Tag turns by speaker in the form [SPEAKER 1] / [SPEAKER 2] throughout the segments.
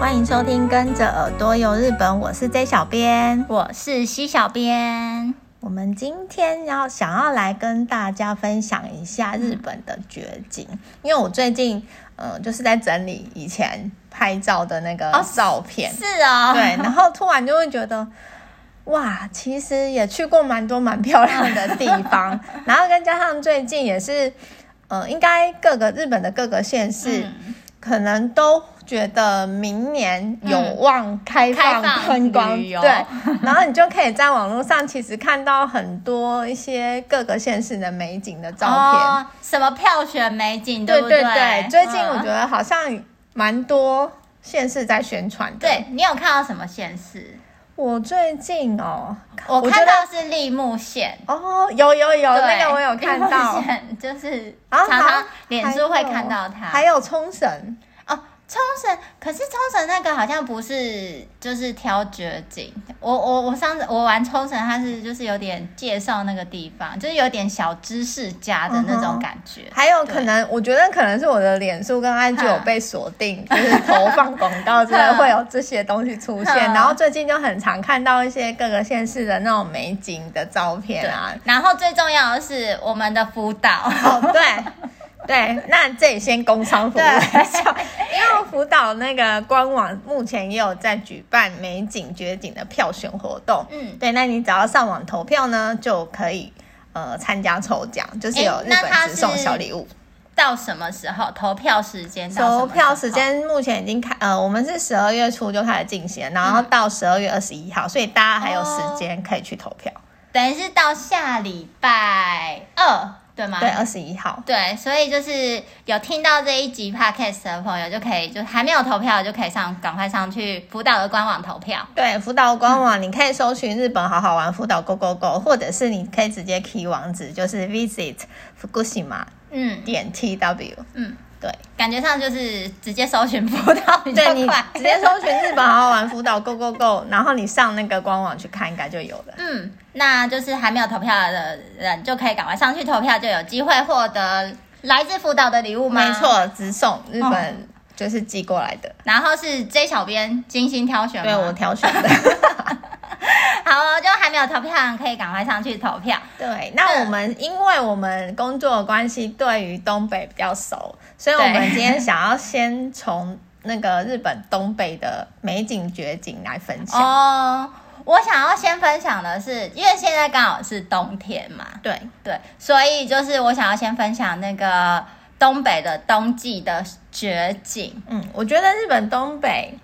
[SPEAKER 1] 欢迎收听《跟着耳朵游日本》，我是 J 小编。
[SPEAKER 2] 我是西小编，
[SPEAKER 1] 我们今天要想要来跟大家分享一下日本的绝景，因为我最近呃就是在整理以前拍照的那个
[SPEAKER 2] 哦
[SPEAKER 1] 照片，
[SPEAKER 2] 是哦，
[SPEAKER 1] 对，然后突然就会觉得，哇，其实也去过蛮多蛮漂亮的地 方，然后再加上最近也是，呃，应该各个日本的各个县市、
[SPEAKER 2] 嗯
[SPEAKER 1] 可能都。觉得明年有望开放
[SPEAKER 2] 嗯开放
[SPEAKER 1] 观光，
[SPEAKER 2] 旅游
[SPEAKER 1] 对，然后你就可以在网络上其实看到很多一些各个县市的美景的照片，
[SPEAKER 2] 哦、什么票选美景，
[SPEAKER 1] 对
[SPEAKER 2] 不
[SPEAKER 1] 对
[SPEAKER 2] 对
[SPEAKER 1] 最近我觉、
[SPEAKER 2] 嗯
[SPEAKER 1] 得好像蛮多县市在宣传的，
[SPEAKER 2] 对你有看到什么县市？
[SPEAKER 1] 我最近哦，
[SPEAKER 2] 我
[SPEAKER 1] 觉
[SPEAKER 2] 看
[SPEAKER 1] 得
[SPEAKER 2] 到是立木县。
[SPEAKER 1] 哦，有有有，
[SPEAKER 2] 对
[SPEAKER 1] 那个我有看
[SPEAKER 2] 立
[SPEAKER 1] 到
[SPEAKER 2] 木，县就是
[SPEAKER 1] 然后
[SPEAKER 2] 常
[SPEAKER 1] 好
[SPEAKER 2] 常
[SPEAKER 1] 像
[SPEAKER 2] 脸书会
[SPEAKER 1] 还有
[SPEAKER 2] 看到它。
[SPEAKER 1] 还有冲绳，
[SPEAKER 2] 哦，冲绳，可是冲绳那个好像不是就是挑绝景。我我我上次我玩冲绳，它是就是有点介绍那个地方，就是有点小知识家的那
[SPEAKER 1] 嗯哼
[SPEAKER 2] 种感觉。
[SPEAKER 1] 还有可能我觉得可能是我的脸书跟 IG 有被锁定，就是投放广告之 类
[SPEAKER 2] 哼
[SPEAKER 1] 会有这些东西出 现，
[SPEAKER 2] 哼
[SPEAKER 1] 然后最近就很常看到一些各个县市的那种美景的照片
[SPEAKER 2] 对
[SPEAKER 1] 啊，，
[SPEAKER 2] 然后最重要的是我们的辅 导，
[SPEAKER 1] 哦，对。对，那这里先工商服务一下， 因为福岛那个官网目前也有在举办美景绝景的票选活动，
[SPEAKER 2] 嗯，
[SPEAKER 1] 对，那你只要上网投票呢，就可以呃参加抽奖，就是有
[SPEAKER 2] 诶
[SPEAKER 1] 日
[SPEAKER 2] 哎那它
[SPEAKER 1] 本直送
[SPEAKER 2] 是
[SPEAKER 1] 小礼物。
[SPEAKER 2] 到什么时候投票时间到什么时候？
[SPEAKER 1] 投票时间目前已经开，呃，我们是十二月初就开始进行，然
[SPEAKER 2] 嗯
[SPEAKER 1] 后到十二月二十一号，所以大家还有时间可以去投票。
[SPEAKER 2] 等于是到下礼拜二，对吗？
[SPEAKER 1] 对，二十一号。
[SPEAKER 2] 对，所以就是有听到这一集 podcast 的朋友，就可以就还没有投票，就可以上赶快上去辅导的官网投票。
[SPEAKER 1] 对，福岛官网你可以搜寻日本好好玩福岛 Go Go Go，或者是你可以直接 key 网址，就是 visit fukushima
[SPEAKER 2] 嗯
[SPEAKER 1] 点 t w。
[SPEAKER 2] 嗯，
[SPEAKER 1] 对，
[SPEAKER 2] 感觉上就是直接搜寻辅导比 较
[SPEAKER 1] 对你
[SPEAKER 2] 快，
[SPEAKER 1] 直接搜寻日本好好玩福岛 Go Go Go，然后你上那个官网去看，应该就有了。
[SPEAKER 2] 嗯，那就是还没有投票的人就可以赶快上去投票，就有机会获得来自辅导的礼物吗？
[SPEAKER 1] 没。错，直送日本就是寄过来的，嗯
[SPEAKER 2] 然后是 J 小编精心挑选吗，
[SPEAKER 1] 对我挑选的。
[SPEAKER 2] 好哦，就还没有投票的人可以赶快上去投票。
[SPEAKER 1] 对，那我们因为我们工作的关系，对于东北比较熟，所以我们
[SPEAKER 2] 对
[SPEAKER 1] 今天想要先从那个日本东北的美景绝景来分享。
[SPEAKER 2] 哦，我想要先分享的是，因为现在刚好是冬天嘛，
[SPEAKER 1] 对，
[SPEAKER 2] 对，所以就是我想要先分享那个东北的冬季的绝景。
[SPEAKER 1] 嗯，我觉得日本东北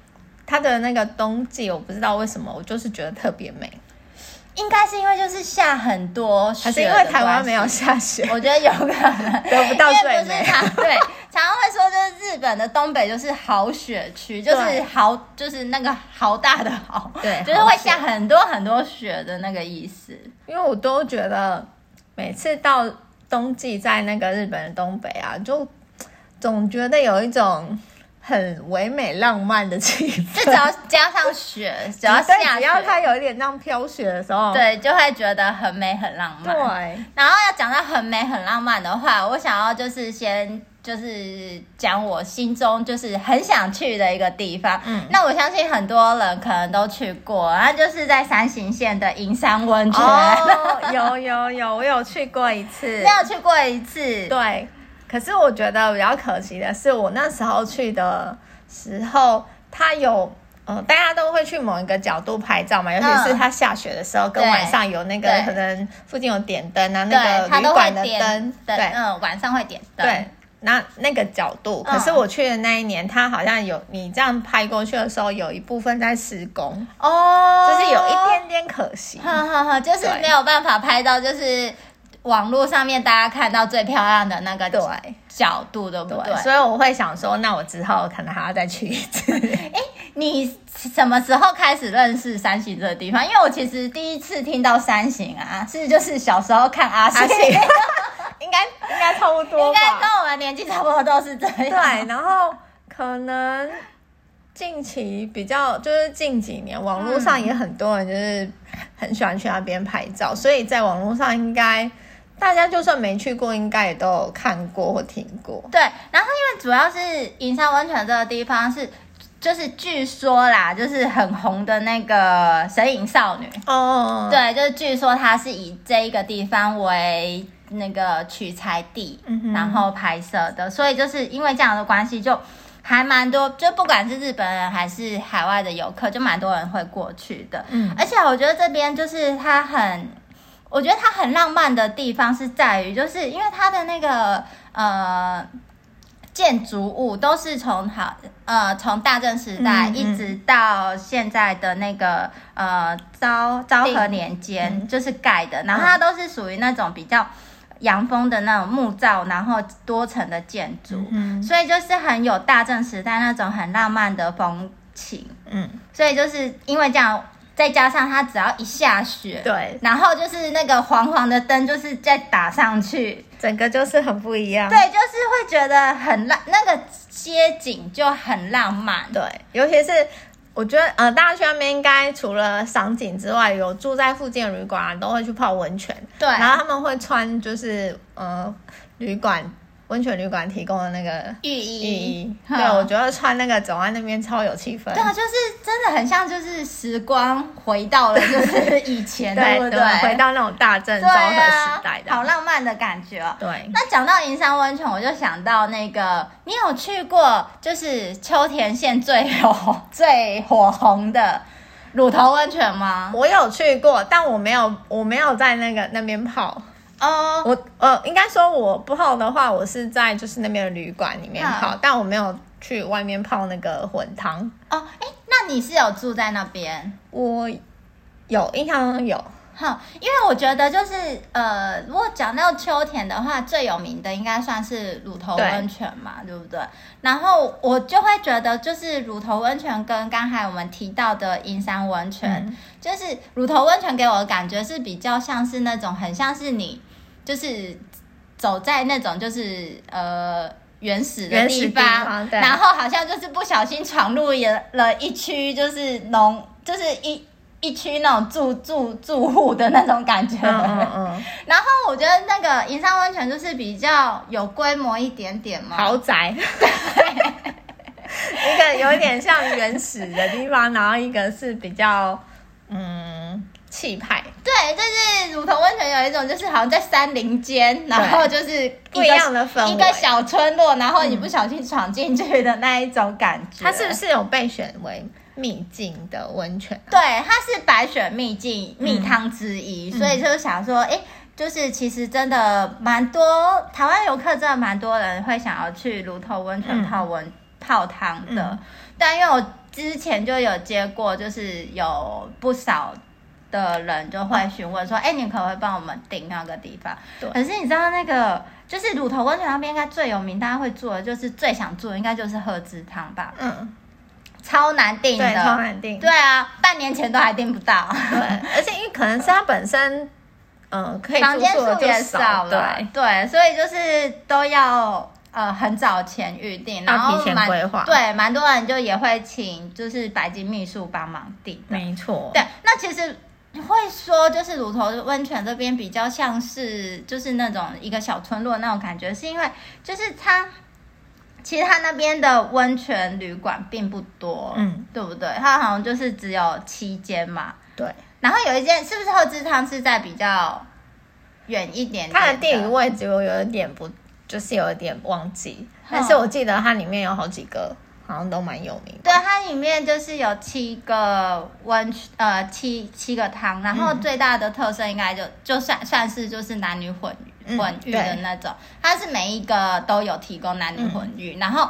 [SPEAKER 1] 它的那个冬季，我不知道为什么，我就是觉得特别美，
[SPEAKER 2] 应该是因为就是下很多雪，
[SPEAKER 1] 还是因为台湾没有，下雪，。
[SPEAKER 2] 我觉得有可能
[SPEAKER 1] 得不到
[SPEAKER 2] 因
[SPEAKER 1] 最
[SPEAKER 2] 为不是
[SPEAKER 1] 美。
[SPEAKER 2] 常 对，常常会说就是日本的东北就是豪雪区，就是
[SPEAKER 1] 对
[SPEAKER 2] 豪就是那个豪大的豪，
[SPEAKER 1] 对
[SPEAKER 2] 就是
[SPEAKER 1] 豪
[SPEAKER 2] 会
[SPEAKER 1] 雪
[SPEAKER 2] 下很多很多雪的那个意 思。
[SPEAKER 1] 因为我都觉得每次到冬季在那个日本的东北啊，就总觉得有一种很唯美浪漫的气
[SPEAKER 2] 就
[SPEAKER 1] 氛。
[SPEAKER 2] 只要加上雪，只要
[SPEAKER 1] 对
[SPEAKER 2] 下
[SPEAKER 1] 只要
[SPEAKER 2] 雪
[SPEAKER 1] 它有一点那样飘雪的时候，
[SPEAKER 2] 对，就会觉得很美很浪漫。
[SPEAKER 1] 对
[SPEAKER 2] 然后要讲到很美很浪漫的话，我想要就是先就是讲我心中就是很想去的一个地方。
[SPEAKER 1] 嗯
[SPEAKER 2] 嗯，那我相信很多人可能都去过，然后就是在山形县的银山温泉。
[SPEAKER 1] 哦，有有有，我有去过一次
[SPEAKER 2] 没，有去过一次，
[SPEAKER 1] 对。可是我觉得比较可惜的是，我那时候去的时候，它有。嗯，大家都会去某一个角度拍照嘛，尤其是它下雪的时候，跟
[SPEAKER 2] 嗯对
[SPEAKER 1] 晚上有那个
[SPEAKER 2] 对
[SPEAKER 1] 可能附近有点灯啊，
[SPEAKER 2] 对，
[SPEAKER 1] 那个
[SPEAKER 2] 它
[SPEAKER 1] 旅
[SPEAKER 2] 都会
[SPEAKER 1] 馆的
[SPEAKER 2] 点
[SPEAKER 1] 灯，对，
[SPEAKER 2] 嗯，晚上会点灯，
[SPEAKER 1] 对，那那个角度，可是
[SPEAKER 2] 嗯
[SPEAKER 1] 我去的那一年，它好像有你这样拍过去的时候，有一部分在施工，
[SPEAKER 2] 哦，嗯
[SPEAKER 1] 就是有一点点可惜。
[SPEAKER 2] 呵呵呵，就是
[SPEAKER 1] 对
[SPEAKER 2] 没有办法拍到，就是网络上面大家看到最漂亮的那个
[SPEAKER 1] 对
[SPEAKER 2] 角度，对不
[SPEAKER 1] 对，
[SPEAKER 2] 对？
[SPEAKER 1] 所以我会想说，那我之后可能还要再去一次。
[SPEAKER 2] 你什么时候开始认识山形这个地方？因为我其实第一次听到山形啊，是就是小时候看阿信，
[SPEAKER 1] 阿信
[SPEAKER 2] 应
[SPEAKER 1] 应该应该差不多
[SPEAKER 2] 该跟
[SPEAKER 1] 吧？
[SPEAKER 2] 我们年纪差不多都是这样。
[SPEAKER 1] 对，然后可能近期比较就是近几年，网络上也很多人就是很喜欢去那边拍照，所以在网络上应该大家就算没去过，应该也都有看过或听过。
[SPEAKER 2] 对，然后因为主要是银山温泉这个地方是。就是据说啦，就是很红的那个《神隐少女》，
[SPEAKER 1] 哦，，
[SPEAKER 2] 对，就是据说它是以这一个地方为那个取材地，
[SPEAKER 1] 嗯哼
[SPEAKER 2] 然后拍摄的，所以就是因为这样的关系，就还蛮多，就不管是日本人还是海外的游客，就蛮多人会过去的。
[SPEAKER 1] 嗯，
[SPEAKER 2] 而且我觉得这边就是它很，我觉得它很浪漫的地方是在于，就是因为它的那个呃建筑物都是从好呃从大正时代
[SPEAKER 1] 嗯嗯
[SPEAKER 2] 一直到现在的那个呃昭昭和年间
[SPEAKER 1] 嗯
[SPEAKER 2] 就是盖的，然后它都是属于那种比较洋风的那种木造，然后多层的建筑，
[SPEAKER 1] 嗯
[SPEAKER 2] 所以就是很有大正时代那种很浪漫的风情。
[SPEAKER 1] 嗯，
[SPEAKER 2] 所以就是因为这样，再加上它只要一下雪，
[SPEAKER 1] 对，
[SPEAKER 2] 然后就是那个黄黄的灯，就是再打上去，
[SPEAKER 1] 整个就是很不一样。
[SPEAKER 2] 对，就是会觉得很浪，那个街景就很浪漫。
[SPEAKER 1] 对，尤其是我觉得，呃，大家去那边应该除了赏景之外，有住在附近的旅馆啊、都会去泡温泉，
[SPEAKER 2] 对
[SPEAKER 1] 然后他们会穿就是呃旅馆温泉旅馆提供的那个
[SPEAKER 2] 寓
[SPEAKER 1] 浴
[SPEAKER 2] 意，
[SPEAKER 1] 衣，
[SPEAKER 2] 嗯
[SPEAKER 1] 对我觉得穿那个走在那边超有气氛
[SPEAKER 2] 对。啊，就是真的很像，就是时光回到了就是 以前，对不
[SPEAKER 1] 对回到那种大正昭和时代
[SPEAKER 2] 对啊，好
[SPEAKER 1] 的，
[SPEAKER 2] 浪漫的感觉哦。
[SPEAKER 1] 对，
[SPEAKER 2] 那讲到银山温泉，我就想到那个，你有去过就是秋田县最有最火 红的乳头温泉吗？
[SPEAKER 1] 我有去过，但我没有，我没有在那个那边泡。
[SPEAKER 2] 哦，
[SPEAKER 1] 我呃，应该说我不泡的话，我是在就是那边的旅馆里面
[SPEAKER 2] 嗯
[SPEAKER 1] 泡，但我没有去外面泡那个混汤。
[SPEAKER 2] 哦，哎，那你是有住在那边？
[SPEAKER 1] 我有印象中有，
[SPEAKER 2] 哼，因为我觉得就是呃，如果讲到秋田的话，最有名的应该算是乳头
[SPEAKER 1] 对
[SPEAKER 2] 温泉嘛，对不对？然后我就会觉得，就是乳头温泉跟刚才我们提到的银山温泉，
[SPEAKER 1] 嗯
[SPEAKER 2] 就是乳头温泉给我的感觉是比较像是那种很像是你就是走在那种就是呃原始的
[SPEAKER 1] 原始
[SPEAKER 2] 地
[SPEAKER 1] 地
[SPEAKER 2] 方，
[SPEAKER 1] 方对
[SPEAKER 2] 然后好像就是不小心闯入了了一区就是农就是一。一区那种住住住户的那种感觉，
[SPEAKER 1] 嗯嗯嗯，
[SPEAKER 2] 然后我觉得那个银山温泉就是比较有规模一点点嘛，
[SPEAKER 1] 豪宅，一个有点像原始的地方，然后一个是比较嗯气派，
[SPEAKER 2] 对，就是乳头温泉有一种，就是好像在山林间，然后就是
[SPEAKER 1] 不一样的氛围嗯
[SPEAKER 2] 一个小村落，然后你不小心闯进去的那一种感觉。
[SPEAKER 1] 它是不是有被选为秘境的温泉啊、
[SPEAKER 2] 对，它是白雪秘境蜜汤之一，
[SPEAKER 1] 嗯
[SPEAKER 2] 所以就是想说，哎，就是其实真的蛮多台湾游客，真的蛮多人会想要去乳头温泉
[SPEAKER 1] 嗯
[SPEAKER 2] 泡温、泡汤的。
[SPEAKER 1] 嗯
[SPEAKER 2] 但因为我之前就有接过，就是有不少。的人就会询问说：“哎、你可不可以帮我们订那个地方？”
[SPEAKER 1] 对
[SPEAKER 2] 可是你知道那个就是乳头温泉那边应该最有名，大家会做的就是最想做的应该就是喝汁汤吧，
[SPEAKER 1] 嗯，
[SPEAKER 2] 超难订
[SPEAKER 1] 对，
[SPEAKER 2] 的，
[SPEAKER 1] 超难定。
[SPEAKER 2] 对啊，半年前都还订不到。
[SPEAKER 1] 对，而且因为可能是它本身，嗯， 可以
[SPEAKER 2] 房
[SPEAKER 1] 住
[SPEAKER 2] 间
[SPEAKER 1] 宿的
[SPEAKER 2] 数
[SPEAKER 1] 就
[SPEAKER 2] 也少了，
[SPEAKER 1] 对，
[SPEAKER 2] 所以就是都要呃很早前预定，然
[SPEAKER 1] 要
[SPEAKER 2] 后
[SPEAKER 1] 提前
[SPEAKER 2] 蛮
[SPEAKER 1] 规划
[SPEAKER 2] 对，蛮多人就也会请就是白金秘书帮忙订的。
[SPEAKER 1] 没错，
[SPEAKER 2] 对，那其实会说就是乳头温泉这边比较像是就是那种一个小村落那种感觉，是因为就是它。其实它那边的温泉旅馆并不多，
[SPEAKER 1] 嗯，
[SPEAKER 2] 对不对？它好像就是只有七间嘛，
[SPEAKER 1] 对，
[SPEAKER 2] 然后有一间是不是后之汤是在比较远一点点
[SPEAKER 1] 它的地理位置我有一点不，就是有一点忘记，但是我记得它里面有好几个，好像都蛮有名的。
[SPEAKER 2] 对，它里面就是有七个温泉，呃，七七个汤，然
[SPEAKER 1] 嗯
[SPEAKER 2] 后最大的特色应该就、就算算是就是男女混
[SPEAKER 1] 嗯
[SPEAKER 2] 混浴的
[SPEAKER 1] 对嗯
[SPEAKER 2] 那种，它是每一个都有提供男女混浴。然后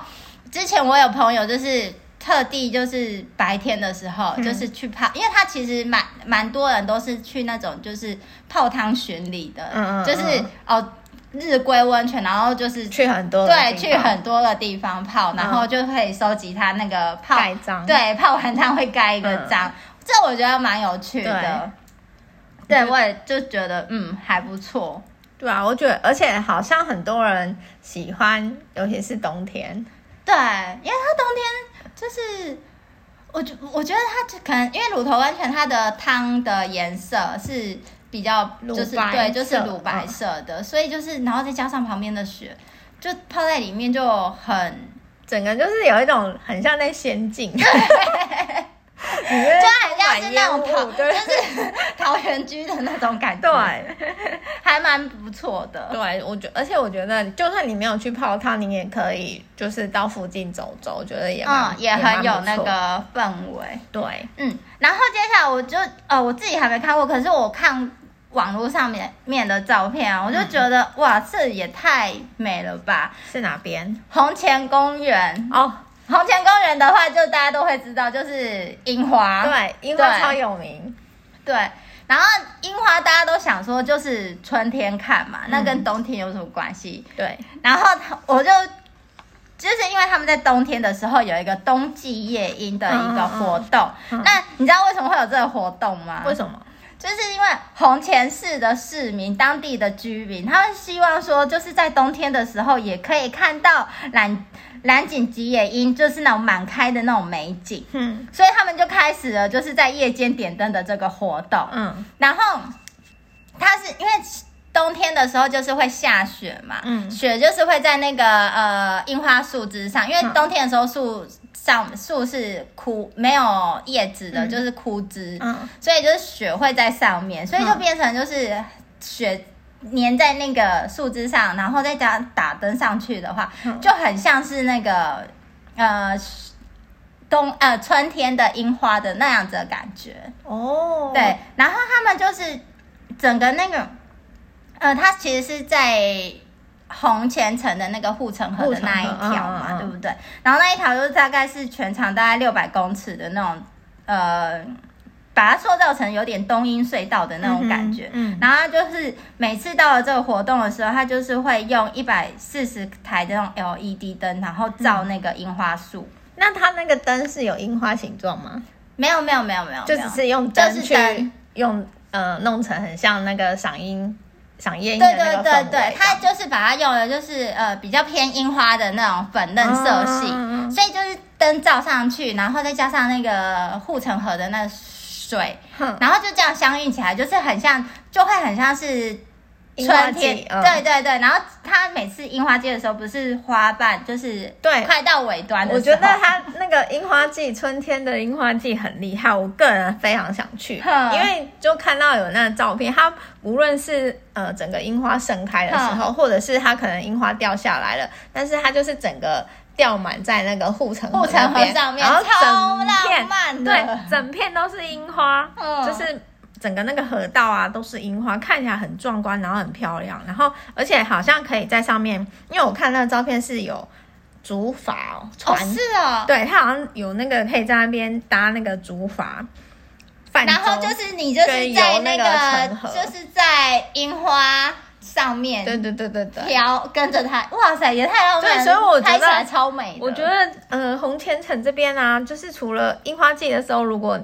[SPEAKER 2] 之前我有朋友就是特地就是白天的时候
[SPEAKER 1] 嗯
[SPEAKER 2] 就是去泡，因为他其实蛮蛮多人都是去那种就是泡汤巡礼的，
[SPEAKER 1] 嗯嗯
[SPEAKER 2] 就是
[SPEAKER 1] 嗯
[SPEAKER 2] 哦日归温泉，然后就是
[SPEAKER 1] 去嗯很多的
[SPEAKER 2] 对，
[SPEAKER 1] 地
[SPEAKER 2] 去
[SPEAKER 1] 方
[SPEAKER 2] 很多个地方泡，然后就会收集它那个泡
[SPEAKER 1] 盖嗯章
[SPEAKER 2] 对，泡完它会盖一个章，这我觉得蛮有趣的。对，我也就觉得嗯还不错。
[SPEAKER 1] 对啊，我觉得，而且好像很多人喜欢，尤其是冬天，
[SPEAKER 2] 对，因为它冬天就是，我觉我觉得它就可能因为乳头温泉它的汤的颜色是比较
[SPEAKER 1] 乳
[SPEAKER 2] 就是
[SPEAKER 1] 白
[SPEAKER 2] 对就是
[SPEAKER 1] 色
[SPEAKER 2] 乳白色的，所以就是然后再加上旁边的雪，就泡在里面就很
[SPEAKER 1] 整个就是有一种很像在仙境，就 很
[SPEAKER 2] 就很像是那种桃，就
[SPEAKER 1] 对
[SPEAKER 2] 是桃园居的那种感觉，
[SPEAKER 1] 对。
[SPEAKER 2] 还蛮不错的。
[SPEAKER 1] 对，我觉，而且我觉得，就算你没有去泡汤，你也可以就是到附近走走，我觉得也蛮
[SPEAKER 2] 嗯，也很
[SPEAKER 1] 蛮
[SPEAKER 2] 有
[SPEAKER 1] 不
[SPEAKER 2] 那
[SPEAKER 1] 错
[SPEAKER 2] 个氛围。
[SPEAKER 1] 对，
[SPEAKER 2] 嗯，然后接下来我就呃，我自己还没看过，可是我看网络上面面的照片啊，我就觉得、哇，这也太美了吧！
[SPEAKER 1] 是哪边？
[SPEAKER 2] 红前公园，
[SPEAKER 1] 哦，
[SPEAKER 2] 红前公园的话，就大家都会知道，就是樱花。
[SPEAKER 1] 对，樱花
[SPEAKER 2] 对
[SPEAKER 1] 超有名，
[SPEAKER 2] 对，然后樱花大家都想说就是春天看嘛，那
[SPEAKER 1] 嗯
[SPEAKER 2] 跟冬天有什么关系？
[SPEAKER 1] 对，
[SPEAKER 2] 然后他我就就是因为他们在冬天的时候有一个冬季夜樱的一个活动，
[SPEAKER 1] 嗯嗯嗯
[SPEAKER 2] 那你知道为什么会有这个活动吗？
[SPEAKER 1] 为什么？
[SPEAKER 2] 就是因为红前市的市民、当地的居民，他们希望说，就是在冬天的时候也可以看到蓝蓝景吉野樱，就是那种满开的那种美景，
[SPEAKER 1] 嗯
[SPEAKER 2] 所以他们就开始了就是在夜间点灯的这个活动。
[SPEAKER 1] 嗯
[SPEAKER 2] 然后它是因为冬天的时候就是会下雪嘛，
[SPEAKER 1] 嗯
[SPEAKER 2] 雪就是会在那个呃樱花树枝上，因为
[SPEAKER 1] 嗯
[SPEAKER 2] 冬天的时候树上树是枯没有叶子的，
[SPEAKER 1] 嗯
[SPEAKER 2] 就是枯枝，
[SPEAKER 1] 嗯，
[SPEAKER 2] 所以就是雪会在上面，所以就
[SPEAKER 1] 嗯
[SPEAKER 2] 变成就是雪。粘在那个树枝上，然后再加打灯上去的话，
[SPEAKER 1] 嗯
[SPEAKER 2] 就很像是那个呃冬呃春天的樱花的那样子的感觉。
[SPEAKER 1] 哦，
[SPEAKER 2] 对，，然后他们就是整个那个，呃，它其实是在红前城的那个护城河
[SPEAKER 1] 护
[SPEAKER 2] 的
[SPEAKER 1] 城
[SPEAKER 2] 那一
[SPEAKER 1] 河
[SPEAKER 2] 条嘛，
[SPEAKER 1] 嗯嗯嗯
[SPEAKER 2] 对不对？然后那一条就是大概是全长大概六百公尺的那种，呃，把它塑造成有点东英隧道的那种感觉。
[SPEAKER 1] 嗯哼，
[SPEAKER 2] 然后它就是每次到了这个活动的时候，它就是会用一百四十台这种 LED 灯，然后照那个樱花树。
[SPEAKER 1] 嗯那它那个灯是有樱花形状吗？
[SPEAKER 2] 没有没有没有没有，
[SPEAKER 1] 就
[SPEAKER 2] 哦没有
[SPEAKER 1] 只是用
[SPEAKER 2] 就
[SPEAKER 1] 灯
[SPEAKER 2] 是
[SPEAKER 1] 去
[SPEAKER 2] 灯
[SPEAKER 1] 用，呃，弄成很像那个赏樱、赏夜樱的
[SPEAKER 2] 对
[SPEAKER 1] 那
[SPEAKER 2] 对
[SPEAKER 1] 个氛
[SPEAKER 2] 对
[SPEAKER 1] 围
[SPEAKER 2] 对，
[SPEAKER 1] 这
[SPEAKER 2] 它
[SPEAKER 1] 样
[SPEAKER 2] 就是把它用的就是呃比较偏樱花的那种粉嫩色系，
[SPEAKER 1] 嗯嗯嗯
[SPEAKER 2] 所以就是灯照上去，然后再加上那个护城河的那水，
[SPEAKER 1] 哼
[SPEAKER 2] 然后就这样相映起来，就是很像，就会很像是。
[SPEAKER 1] 樱花
[SPEAKER 2] 春
[SPEAKER 1] 季
[SPEAKER 2] 天，
[SPEAKER 1] 嗯
[SPEAKER 2] 对对对，然后它每次樱花季的时候，不是花瓣就是
[SPEAKER 1] 对
[SPEAKER 2] 快到尾端的
[SPEAKER 1] 我
[SPEAKER 2] 时
[SPEAKER 1] 觉
[SPEAKER 2] 候，
[SPEAKER 1] 得它那个樱花季，春天的樱花季很厉害，我个人非常想去，
[SPEAKER 2] 哼
[SPEAKER 1] 因为就看到有那个照片，它无论是呃整个樱花盛开的时候，或者是它可能樱花掉下来了，但是它就是整个掉满在那个护城
[SPEAKER 2] 护城
[SPEAKER 1] 那
[SPEAKER 2] 河
[SPEAKER 1] 边
[SPEAKER 2] 上面
[SPEAKER 1] 然后
[SPEAKER 2] 超
[SPEAKER 1] 整
[SPEAKER 2] 浪
[SPEAKER 1] 片
[SPEAKER 2] 漫的，
[SPEAKER 1] 对，整片都是樱花，
[SPEAKER 2] 嗯
[SPEAKER 1] 就是整个那个河道啊都是樱花，看起来很壮观，然后很漂亮，然后而且好像可以在上面，因为我看那个照片是有竹筏哦，
[SPEAKER 2] 哦
[SPEAKER 1] 船，
[SPEAKER 2] 是哦，
[SPEAKER 1] 对，它好像有那个可以在那边搭那个竹筏，泛舟
[SPEAKER 2] 然后就是你就是
[SPEAKER 1] 对
[SPEAKER 2] 在那
[SPEAKER 1] 游那个
[SPEAKER 2] 个
[SPEAKER 1] 成河
[SPEAKER 2] 就是在樱花
[SPEAKER 1] 对
[SPEAKER 2] 上面
[SPEAKER 1] 对对对对。
[SPEAKER 2] 飘，跟着它，哇塞，也太浪漫
[SPEAKER 1] 对
[SPEAKER 2] 了！
[SPEAKER 1] 所以我觉得
[SPEAKER 2] 拍起来超美的。
[SPEAKER 1] 我觉得，呃，红前城这边啊，就是除了樱花季的时候，如果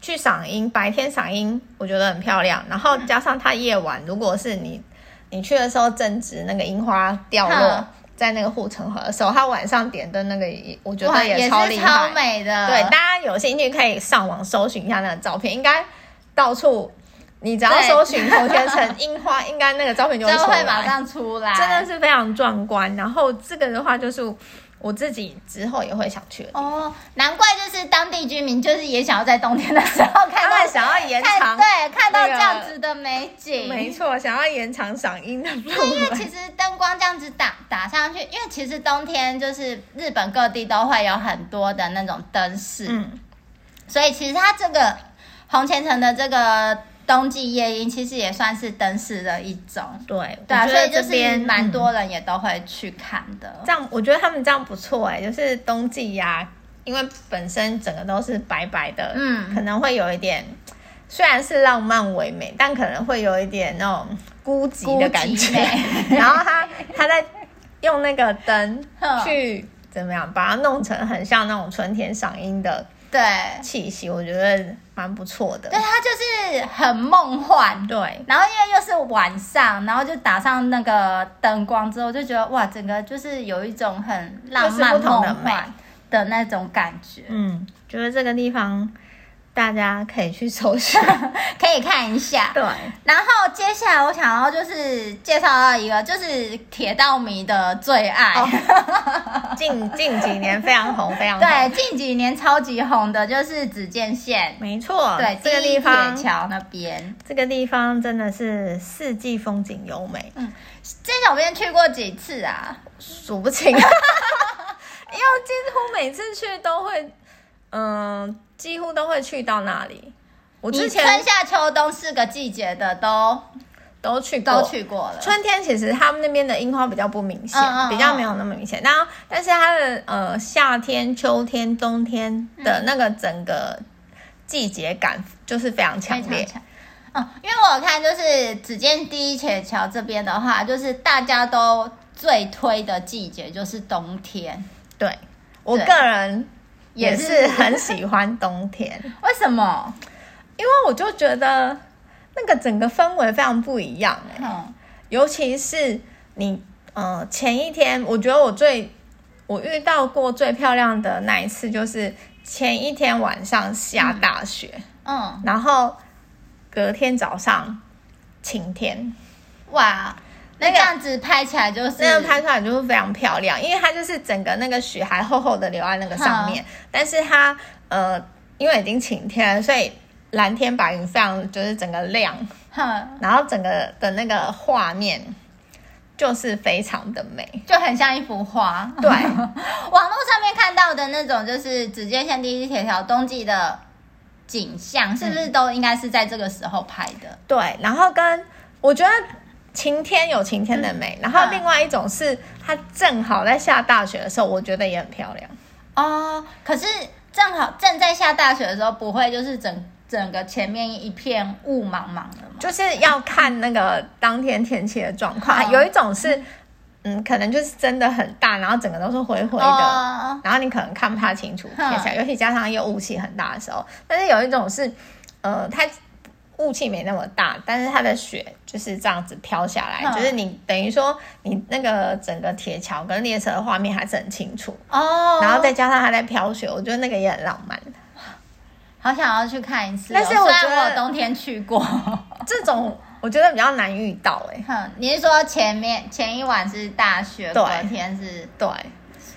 [SPEAKER 1] 去赏樱，白天赏樱，我觉得很漂亮。然后加上它夜晚，如果是你你去的时候正值那个樱花掉落
[SPEAKER 2] 哈
[SPEAKER 1] 在那个护城河的时候，它晚上点灯那个也，我觉
[SPEAKER 2] 哇
[SPEAKER 1] 得
[SPEAKER 2] 也
[SPEAKER 1] 超
[SPEAKER 2] 是
[SPEAKER 1] 厉
[SPEAKER 2] 超
[SPEAKER 1] 害。
[SPEAKER 2] 美的。
[SPEAKER 1] 对，大家有兴趣可以上网搜寻一下那个照片，应该到处你只要
[SPEAKER 2] 对
[SPEAKER 1] 搜寻红天城樱花，应该那个照片就会
[SPEAKER 2] 就
[SPEAKER 1] 出
[SPEAKER 2] 会
[SPEAKER 1] 来，
[SPEAKER 2] 马上出来，
[SPEAKER 1] 真的是非常壮观。然后这个的话，就是我自己之后也会想去的地方，
[SPEAKER 2] 哦，难怪就是当地居民就是也想要在冬天的时候看
[SPEAKER 1] 他
[SPEAKER 2] 到
[SPEAKER 1] 们想要延
[SPEAKER 2] 看
[SPEAKER 1] 长，
[SPEAKER 2] 对看到
[SPEAKER 1] 那
[SPEAKER 2] 这
[SPEAKER 1] 个
[SPEAKER 2] 样子的美景，
[SPEAKER 1] 没错，想要延长赏樱的路
[SPEAKER 2] 对，因为其实灯光这样子打打上去，因为其实冬天就是日本各地都会有很多的那种灯饰，
[SPEAKER 1] 嗯，
[SPEAKER 2] 所以其实它这个红前城的这个冬季夜樱，其实也算是灯饰的一种。
[SPEAKER 1] 对，
[SPEAKER 2] 对啊，
[SPEAKER 1] 我觉
[SPEAKER 2] 所
[SPEAKER 1] 得
[SPEAKER 2] 以就
[SPEAKER 1] 这
[SPEAKER 2] 是
[SPEAKER 1] 边
[SPEAKER 2] 蛮。
[SPEAKER 1] 嗯
[SPEAKER 2] 多人也都会去看的。
[SPEAKER 1] 这样我觉得他们这样不错哎、就是冬季呀、因为本身整个都是白白的，
[SPEAKER 2] 嗯
[SPEAKER 1] 可能会有一点，虽然是浪漫唯美，但可能会有一点那种孤寂的感觉
[SPEAKER 2] 孤 寂。
[SPEAKER 1] 然后他他在用那个灯
[SPEAKER 2] 哼
[SPEAKER 1] 去怎么样，把它弄成很像那种春天赏樱的
[SPEAKER 2] 对，
[SPEAKER 1] 气息，我觉得蛮不错的
[SPEAKER 2] 对，。它就是很梦幻。
[SPEAKER 1] 对，
[SPEAKER 2] 然后因为又是晚上，然后就打上那个灯光之后，就觉得哇，整个就是有一种很浪
[SPEAKER 1] 就是
[SPEAKER 2] 漫
[SPEAKER 1] 不同的
[SPEAKER 2] 梦幻的那种感觉。
[SPEAKER 1] 嗯，觉得这个地方大家可以去搜寻。
[SPEAKER 2] 可以看一 下。
[SPEAKER 1] 对，
[SPEAKER 2] 然后接下来我想要就是介绍到一个，就是铁道迷的最爱。
[SPEAKER 1] 哦近近几年非常红，非常红。
[SPEAKER 2] 对，近几年超级红的就是紫见线，
[SPEAKER 1] 没错，
[SPEAKER 2] 对，
[SPEAKER 1] 这个
[SPEAKER 2] 第一
[SPEAKER 1] 地方
[SPEAKER 2] 铁，桥那边，
[SPEAKER 1] 这个地方真的是四季风景优美，
[SPEAKER 2] 这小编去过几次啊？
[SPEAKER 1] 数不 清，因为几乎每次去都会，嗯、几乎都会去到那里。我
[SPEAKER 2] 你
[SPEAKER 1] 之前
[SPEAKER 2] 春夏秋冬四个季节的都
[SPEAKER 1] 都去过，
[SPEAKER 2] 都去过了。
[SPEAKER 1] 春天其实他们那边的樱花比较不明显，
[SPEAKER 2] 嗯嗯嗯
[SPEAKER 1] 比较没有那么明显。然后，但是它的呃夏天、秋天、冬天的那个整个季节感就是非常强
[SPEAKER 2] 非
[SPEAKER 1] 烈
[SPEAKER 2] 常。强。嗯，因为我有看就是只见第一铁桥这边的话，就是大家都最推的季节就是冬天。
[SPEAKER 1] 对我
[SPEAKER 2] 对
[SPEAKER 1] 个人也
[SPEAKER 2] 也
[SPEAKER 1] 是
[SPEAKER 2] 是
[SPEAKER 1] 很喜欢冬 天，
[SPEAKER 2] 为什么？
[SPEAKER 1] 因为我就觉得那个整个氛围非常不一样、欸
[SPEAKER 2] 嗯，
[SPEAKER 1] 尤其是你呃前一天，我觉得我最我遇到过最漂亮的那一次就是前一天晚上下大雪，
[SPEAKER 2] 嗯，
[SPEAKER 1] 然后隔天早上晴天，
[SPEAKER 2] 哇，那这样子拍起来就是
[SPEAKER 1] 那样拍出来就是非常漂亮，因为它就是整个那个雪还厚厚的留在那个上面，但是它呃因为已经晴天了，所以蓝天白云非常就是整个亮，
[SPEAKER 2] 哼，
[SPEAKER 1] 然后整个的那个画面就是非常的美。
[SPEAKER 2] 就很像一幅画。
[SPEAKER 1] 对
[SPEAKER 2] 网络上面看到的那种，就是只见线第一铁桥冬季的景
[SPEAKER 1] 嗯
[SPEAKER 2] 象，是不是都应该是在这个时候拍的？
[SPEAKER 1] 对，然后跟我觉得晴天有晴天的美，然后
[SPEAKER 2] 嗯
[SPEAKER 1] 另外一种是它正好在下大雪的时候，我觉得也很漂亮。
[SPEAKER 2] 哦，可是正好正在下大雪的时候，不会就是整整个前面一片雾茫茫的吗？
[SPEAKER 1] 就是要看那个当天天气的状况。
[SPEAKER 2] 嗯
[SPEAKER 1] 有一种是，嗯，可能就是真的很大，然后整个都是灰灰的，
[SPEAKER 2] 哦
[SPEAKER 1] 然后你可能看不太清楚
[SPEAKER 2] 嗯
[SPEAKER 1] 天气，啊尤其加上又雾气很大的时候。但是有一种是，呃，它雾气没那么大，但是它的雪就是这样子飘下来，
[SPEAKER 2] 嗯
[SPEAKER 1] 就是你等于说你那个整个铁桥跟列车的画面还是很清楚，
[SPEAKER 2] 哦，
[SPEAKER 1] 然后再加上它在飘雪，我觉得那个也很浪漫。
[SPEAKER 2] 好想要去看一次哦、
[SPEAKER 1] 但是我
[SPEAKER 2] 虽
[SPEAKER 1] 觉
[SPEAKER 2] 然
[SPEAKER 1] 得
[SPEAKER 2] 我有冬天去过，
[SPEAKER 1] 这种我觉得比较难遇到、欸，哎，
[SPEAKER 2] 哼，你是说前面前一晚是大雪，
[SPEAKER 1] 对
[SPEAKER 2] 隔天是
[SPEAKER 1] 对。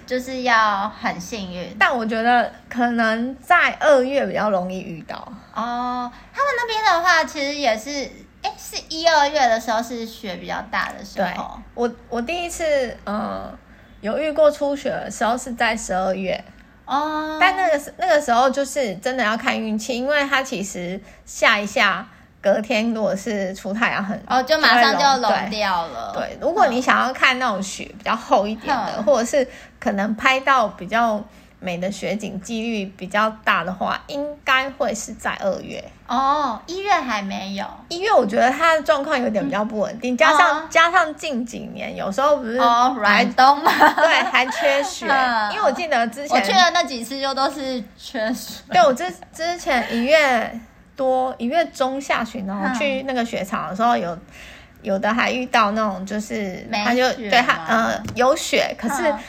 [SPEAKER 2] 就是要很幸运
[SPEAKER 1] 但我觉得可能在二月比较容易遇到，
[SPEAKER 2] 哦。他们那边的话，其实也是，哎、是一二月的时候是雪比较大的时
[SPEAKER 1] 对
[SPEAKER 2] 候，
[SPEAKER 1] 我我第一次呃有遇过初雪的时候是在十二月，
[SPEAKER 2] 哦。
[SPEAKER 1] 但那个时那个时候就是真的要看运气，因为它其实下一下隔天如果是出太阳很
[SPEAKER 2] 哦，就马上
[SPEAKER 1] 会
[SPEAKER 2] 就
[SPEAKER 1] 对
[SPEAKER 2] 融掉了。
[SPEAKER 1] 对，如果你想要看那种雪比较厚一点的，
[SPEAKER 2] 嗯
[SPEAKER 1] 或者是可能拍到比较美的雪景几率比较大的话，应该会是在二月。
[SPEAKER 2] 哦，一月还没有。
[SPEAKER 1] 因为我觉得他的状况有点比较不稳定，加上、
[SPEAKER 2] 嗯哦
[SPEAKER 1] 加上近几年有时候不是
[SPEAKER 2] 哦，
[SPEAKER 1] 还
[SPEAKER 2] 软冬嘛，
[SPEAKER 1] 对还缺雪，
[SPEAKER 2] 嗯
[SPEAKER 1] 因为我记得之
[SPEAKER 2] 我去
[SPEAKER 1] 前
[SPEAKER 2] 的那几次就都是缺水。
[SPEAKER 1] 对我之之前一月多一月中下旬然后
[SPEAKER 2] 嗯
[SPEAKER 1] 去那个雪场的时候有。有的还遇到那种，就是
[SPEAKER 2] 没
[SPEAKER 1] 他就
[SPEAKER 2] 雪
[SPEAKER 1] 对他
[SPEAKER 2] 吗
[SPEAKER 1] 呃有雪，可是
[SPEAKER 2] 嗯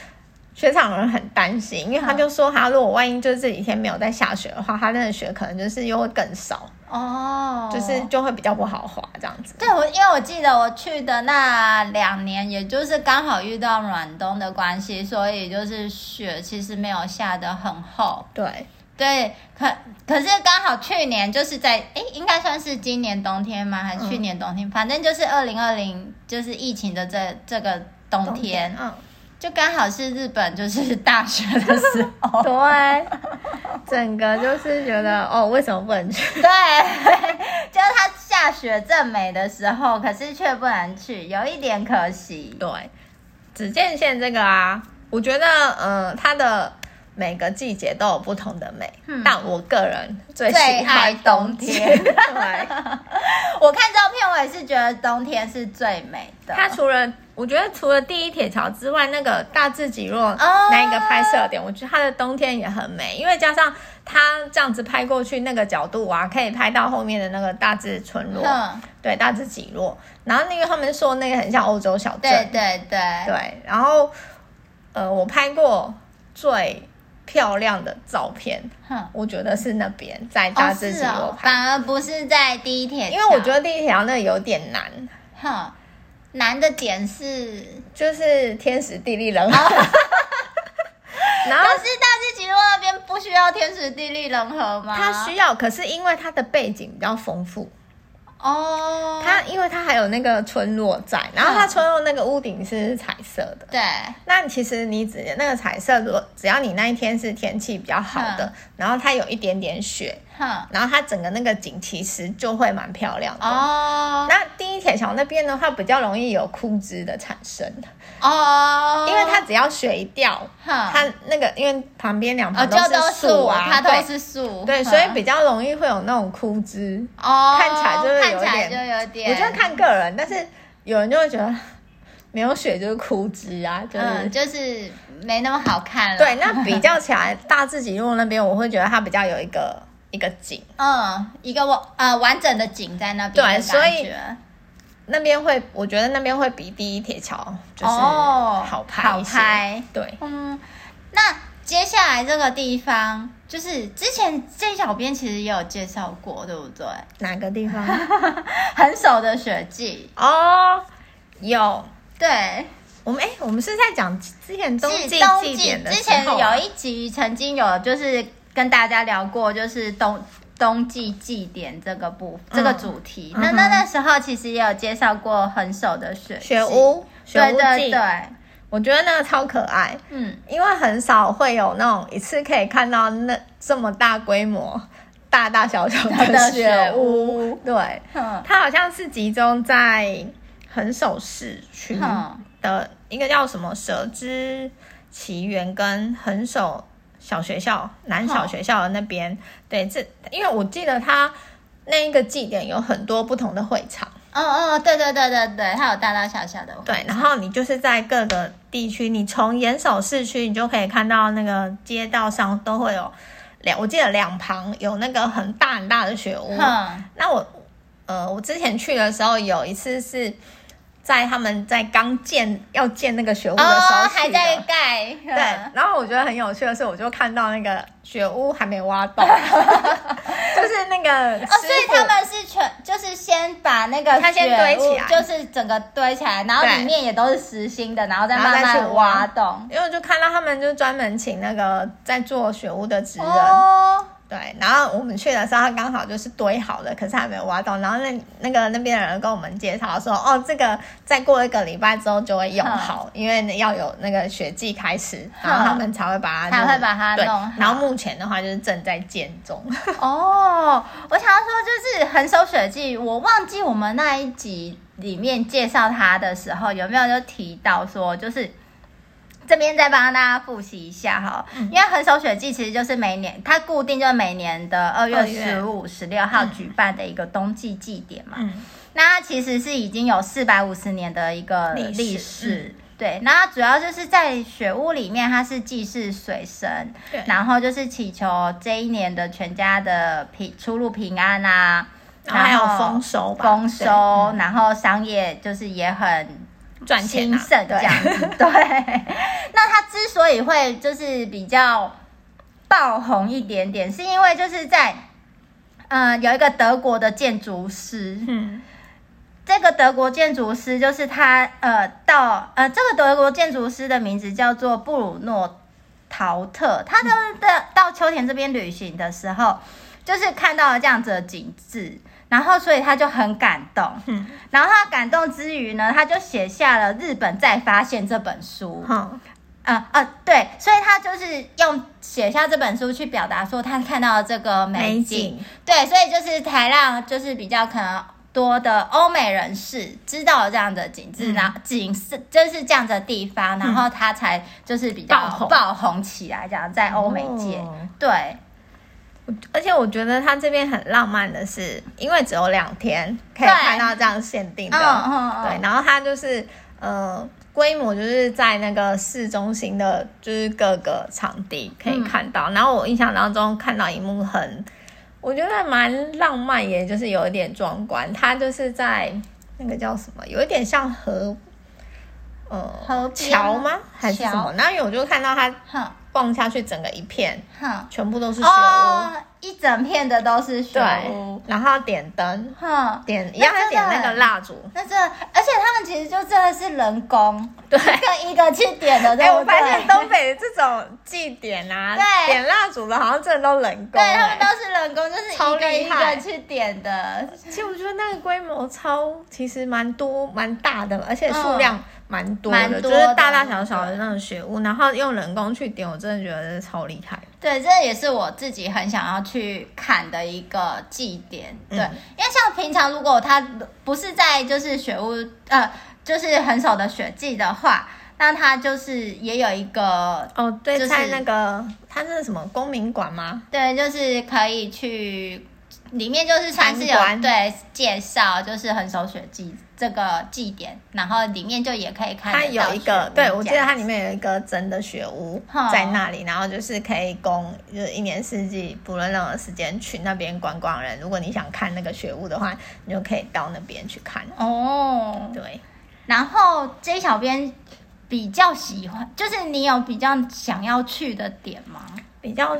[SPEAKER 1] 雪场人很担心，因为他
[SPEAKER 2] 嗯
[SPEAKER 1] 就说，他如果万一就是这几天没有在下雪的话，他那个雪可能就是又会更少，
[SPEAKER 2] 哦，
[SPEAKER 1] 就是就会比较不好滑这样子。
[SPEAKER 2] 对，我因为我记得我去的那两年，也就是刚好遇到暖冬的关系，所以就是雪其实没有下得很厚。
[SPEAKER 1] 对，
[SPEAKER 2] 对，可可是刚好去年就是在诶，应该算是今年冬天吗？还是去年冬天？反正就是二零二零，就是疫情的这这个冬天，
[SPEAKER 1] 嗯，
[SPEAKER 2] 就刚好是日本就是大雪的时 候。
[SPEAKER 1] 对，整个就是觉得哦，为什么不能去？
[SPEAKER 2] 对，就是它下雪正美的时候，可是却不能去，有一点可惜。
[SPEAKER 1] 对，只见线这个啊，我觉得呃，它的每个季节都有不同的美，但我个人最
[SPEAKER 2] 最
[SPEAKER 1] 喜
[SPEAKER 2] 嗯爱
[SPEAKER 1] 欢
[SPEAKER 2] 冬
[SPEAKER 1] 天。
[SPEAKER 2] 天
[SPEAKER 1] 对，
[SPEAKER 2] 我看照片，我也是觉得冬天是最美的。
[SPEAKER 1] 它除了我觉得除了第一铁桥之外，那个大智极落
[SPEAKER 2] 哦
[SPEAKER 1] 那一个拍摄点，我觉得它的冬天也很美，因为加上它这样子拍过去那个角度啊，可以拍到后面的那个大智村落，
[SPEAKER 2] 嗯，
[SPEAKER 1] 对，大智极落。然后因为他们说那个很像欧洲小镇，
[SPEAKER 2] 对对对，
[SPEAKER 1] 对，然后呃，我拍过最漂亮的照片，
[SPEAKER 2] 哼，
[SPEAKER 1] 我觉得是那边在大自己
[SPEAKER 2] 是哦
[SPEAKER 1] 我拍，
[SPEAKER 2] 反而不是在地铁，
[SPEAKER 1] 因为我觉，得第一条那个有点难，
[SPEAKER 2] 哼，难的点是，
[SPEAKER 1] 就是天时地利人
[SPEAKER 2] 哦
[SPEAKER 1] 和。然
[SPEAKER 2] 可
[SPEAKER 1] 后
[SPEAKER 2] 是大智极路那边不需要天时地利人和吗？
[SPEAKER 1] 它需要，可是因为它的背景比较丰富，
[SPEAKER 2] 哦，
[SPEAKER 1] 它因为它还有那个村落在，然后它
[SPEAKER 2] 嗯
[SPEAKER 1] 村落那个屋顶是彩色的。
[SPEAKER 2] 对，
[SPEAKER 1] 那其实你只那个彩色，如果只要你那一天是天气比较好的，
[SPEAKER 2] 嗯
[SPEAKER 1] 然后它有一点点雪，
[SPEAKER 2] 哼，
[SPEAKER 1] 然后它整个那个景其实就会蛮漂亮的。
[SPEAKER 2] 哦
[SPEAKER 1] 那第一铁桥那边的话，比较容易有枯枝的产生，
[SPEAKER 2] 哦，
[SPEAKER 1] 因为它只要水一掉，
[SPEAKER 2] 哼
[SPEAKER 1] 它那个因为旁边两
[SPEAKER 2] 哦，
[SPEAKER 1] 旁
[SPEAKER 2] 就都
[SPEAKER 1] 是树啊，
[SPEAKER 2] 它
[SPEAKER 1] 对
[SPEAKER 2] 都是树，
[SPEAKER 1] 对，
[SPEAKER 2] 哼
[SPEAKER 1] 所以比较容易会有那种枯枝。
[SPEAKER 2] 哦，
[SPEAKER 1] 看起来就是有
[SPEAKER 2] 看起来
[SPEAKER 1] 点
[SPEAKER 2] 就有点，
[SPEAKER 1] 我觉得看个人，但是有人就会觉得啊没有雪就是枯枝啊，就是、
[SPEAKER 2] 嗯，啊就是没那么好看了，
[SPEAKER 1] 对。那比较起来，大自己路那边我会觉得它比较有一个一个景，
[SPEAKER 2] 嗯，一个完呃完整的景在那边
[SPEAKER 1] 对
[SPEAKER 2] 的感觉，
[SPEAKER 1] 所以那边会我觉得那边会比第一铁桥就是
[SPEAKER 2] 哦
[SPEAKER 1] 好拍
[SPEAKER 2] 好
[SPEAKER 1] 一些
[SPEAKER 2] 拍
[SPEAKER 1] 对。
[SPEAKER 2] 嗯，那接下来这个地方就是之前 J 小编其实也有介绍过，对不对？
[SPEAKER 1] 哪个地方？
[SPEAKER 2] 很熟的雪季，
[SPEAKER 1] 哦，有
[SPEAKER 2] 对，
[SPEAKER 1] 我们哎、我们是在讲之前冬季
[SPEAKER 2] 是冬
[SPEAKER 1] 祭
[SPEAKER 2] 季
[SPEAKER 1] 典的
[SPEAKER 2] 之
[SPEAKER 1] 时
[SPEAKER 2] 前
[SPEAKER 1] 候啊
[SPEAKER 2] 有一集曾经有就是跟大家聊过，就是冬。冬季祭典这个部这个主题，那
[SPEAKER 1] 嗯
[SPEAKER 2] 那
[SPEAKER 1] 嗯哼
[SPEAKER 2] 那时候其实也有介绍过很熟的雪
[SPEAKER 1] 雪
[SPEAKER 2] 季，
[SPEAKER 1] 屋，雪
[SPEAKER 2] 对
[SPEAKER 1] 屋
[SPEAKER 2] 对
[SPEAKER 1] 记，
[SPEAKER 2] 对，
[SPEAKER 1] 我觉得那个超可爱。
[SPEAKER 2] 嗯，
[SPEAKER 1] 因为很少会有那种一次可以看到那这么大规模、大大小小
[SPEAKER 2] 的
[SPEAKER 1] 的
[SPEAKER 2] 雪
[SPEAKER 1] 雪屋。对，
[SPEAKER 2] 哼
[SPEAKER 1] 它好像是集中在横首市区
[SPEAKER 2] 哼
[SPEAKER 1] 的一个叫什么蛇之奇缘跟横首小学校、南小学校的那边。对，这因为我记得它那一个祭典有很多不同的会场。
[SPEAKER 2] 哦哦，对对对对对，它有大大小小的。
[SPEAKER 1] 对，然后你就是在各个地区，你从岩手市区，你就可以看到那个街道上都会有两，我记得两旁有那个很大很大的雪屋。
[SPEAKER 2] 哼，
[SPEAKER 1] 那我呃，我之前去的时候有一次是在他们在刚建要建那个雪屋的时候、
[SPEAKER 2] 哦，还在。嗯盖。对
[SPEAKER 1] 对，然后我觉得很有趣的是，我就看到那个雪屋还没挖 到，就是那个
[SPEAKER 2] 哦，所以
[SPEAKER 1] 师傅
[SPEAKER 2] 他们是全，就是先把那个
[SPEAKER 1] 它先
[SPEAKER 2] 雪
[SPEAKER 1] 堆起
[SPEAKER 2] 屋
[SPEAKER 1] 来
[SPEAKER 2] 就是整个堆起来，然后
[SPEAKER 1] 对
[SPEAKER 2] 里面也都是实心的，然后再
[SPEAKER 1] 然后
[SPEAKER 2] 慢
[SPEAKER 1] 再去
[SPEAKER 2] 慢挖
[SPEAKER 1] 挖
[SPEAKER 2] 洞。
[SPEAKER 1] 因为我就看到他们就专门请那个在做雪屋的职人，
[SPEAKER 2] 哦，
[SPEAKER 1] 对，然后我们去的时候，它刚好就是堆好的，可是还没有挖到。然后那那个那边的人跟我们介绍说，哦，这个再过一个礼拜之后就会用好，因为要有那个雪季开始，然后他们才会把它、
[SPEAKER 2] 才会把它
[SPEAKER 1] 对
[SPEAKER 2] 弄好
[SPEAKER 1] 然后目前的话就是正在建中，
[SPEAKER 2] 哦，我想要说就是《横手雪季》，我忘记我们那一集里面介绍它的时候有没有就提到说，就是这边再帮大家复习一下哈，
[SPEAKER 1] 嗯
[SPEAKER 2] 因为《横手雪季》其实就是每年它固定就是每年的二月
[SPEAKER 1] 二月
[SPEAKER 2] 十五、十六号举办的一个冬季祭典嘛。
[SPEAKER 1] 嗯，
[SPEAKER 2] 那它其实是已经有四百五十年的一个
[SPEAKER 1] 历史嗯
[SPEAKER 2] 历史。对，那它主要就是在雪屋里面，它是祭祀水神，
[SPEAKER 1] 对
[SPEAKER 2] 然后就是祈求这一年的全家的平出入平安啊，
[SPEAKER 1] 然后还有
[SPEAKER 2] 然后
[SPEAKER 1] 丰收吧，
[SPEAKER 2] 丰收，然后商业就是也很
[SPEAKER 1] 对赚钱、
[SPEAKER 2] 兴
[SPEAKER 1] 啊，
[SPEAKER 2] 盛这样
[SPEAKER 1] 对，
[SPEAKER 2] 子。对， 那它之所以会就是比较爆红一点点，是因为就是在呃有一个德国的建筑师，
[SPEAKER 1] 嗯，
[SPEAKER 2] 这个德国建筑师就是他呃到呃这个德国建筑师的名字叫做布鲁诺陶特，他的的到秋田这边旅行的时候，就是看到了这样子的景致。然后，所以他就很感动。
[SPEAKER 1] 嗯
[SPEAKER 2] 然后他感动之余呢，他就写下了《日本再发现》这本书。
[SPEAKER 1] 好，
[SPEAKER 2] 嗯呃，对，所以他就是用写下这本书去表达说他看到了这个美
[SPEAKER 1] 美
[SPEAKER 2] 景。
[SPEAKER 1] 景，
[SPEAKER 2] 对，所以就是才让就是比较可能多的欧美人士知道了这样的景
[SPEAKER 1] 嗯
[SPEAKER 2] 致，然后景色就是这样的地方，然后他才就是比较
[SPEAKER 1] 爆红
[SPEAKER 2] 爆红起来，这样在欧美界。
[SPEAKER 1] 哦
[SPEAKER 2] 对，
[SPEAKER 1] 而且我觉得它这边很浪漫的是，因为只有两天可以
[SPEAKER 2] 对
[SPEAKER 1] 看到这样限定
[SPEAKER 2] 嗯
[SPEAKER 1] 的，
[SPEAKER 2] 嗯嗯，
[SPEAKER 1] 对，然后它就是呃规模就是在那个市中心的，就是各个场地可以看
[SPEAKER 2] 嗯
[SPEAKER 1] 到。然后我印象当中看到一幕很，我觉得蛮浪漫，也就是有一点壮观。它就是在那个叫什么，有一点像河，呃，
[SPEAKER 2] 河边
[SPEAKER 1] 桥吗？还是什
[SPEAKER 2] 桥
[SPEAKER 1] 么？然后因为我就看到它
[SPEAKER 2] 哼，
[SPEAKER 1] 逛下去，整个一片
[SPEAKER 2] 哼，
[SPEAKER 1] 全部都是雪屋，
[SPEAKER 2] 哦，一整片的都是雪
[SPEAKER 1] 对
[SPEAKER 2] 屋，，
[SPEAKER 1] 然后点灯，
[SPEAKER 2] 哼，
[SPEAKER 1] 点一
[SPEAKER 2] 那
[SPEAKER 1] 样是
[SPEAKER 2] 真的
[SPEAKER 1] 点那个蜡烛，
[SPEAKER 2] 那这而且他们其实就真的是人工，
[SPEAKER 1] 对。
[SPEAKER 2] 一个一个去点的，
[SPEAKER 1] 哎、
[SPEAKER 2] 对
[SPEAKER 1] 我
[SPEAKER 2] 不对？
[SPEAKER 1] 发现东北的这种祭典啊，
[SPEAKER 2] 对
[SPEAKER 1] 点蜡烛的，好像真的都人工、
[SPEAKER 2] 对
[SPEAKER 1] 哎
[SPEAKER 2] 他们都是人工，就是
[SPEAKER 1] 超
[SPEAKER 2] 一个
[SPEAKER 1] 厉
[SPEAKER 2] 一
[SPEAKER 1] 害
[SPEAKER 2] 个去点的，
[SPEAKER 1] 其实我觉得那个规模超，其实蛮多蛮大的，而且数量蛮多的，
[SPEAKER 2] 嗯蛮多的
[SPEAKER 1] 就是大大小小的那种雪屋，然后用人工去点，我真的觉得超厉害。
[SPEAKER 2] 对，这也是我自己很想要去看的一个祭典。
[SPEAKER 1] 嗯
[SPEAKER 2] 对，因为像平常如果他不是在就是雪屋呃，就是很少的雪季的话，那他就是也有一个
[SPEAKER 1] 哦，对，
[SPEAKER 2] 就是
[SPEAKER 1] 在那个它那是什么公民馆吗？
[SPEAKER 2] 对，就是可以去里面就是算是有
[SPEAKER 1] 参观
[SPEAKER 2] 对介绍，就是很少雪季这个祭典，然后里面就也可以看得
[SPEAKER 1] 它
[SPEAKER 2] 到
[SPEAKER 1] 有一个
[SPEAKER 2] 雪，屋
[SPEAKER 1] 对我记
[SPEAKER 2] 这
[SPEAKER 1] 得
[SPEAKER 2] 样
[SPEAKER 1] 它里面有一个真的雪屋
[SPEAKER 2] 哦
[SPEAKER 1] 在那里，然后就是可以供就是一年四季不论任何时间去那边观光人，如果你想看那个雪屋的话，你就可以到那边去看。
[SPEAKER 2] 哦，
[SPEAKER 1] 对，
[SPEAKER 2] 然后 J 小编比较喜欢，就是你有比较想要去的点吗？
[SPEAKER 1] 比较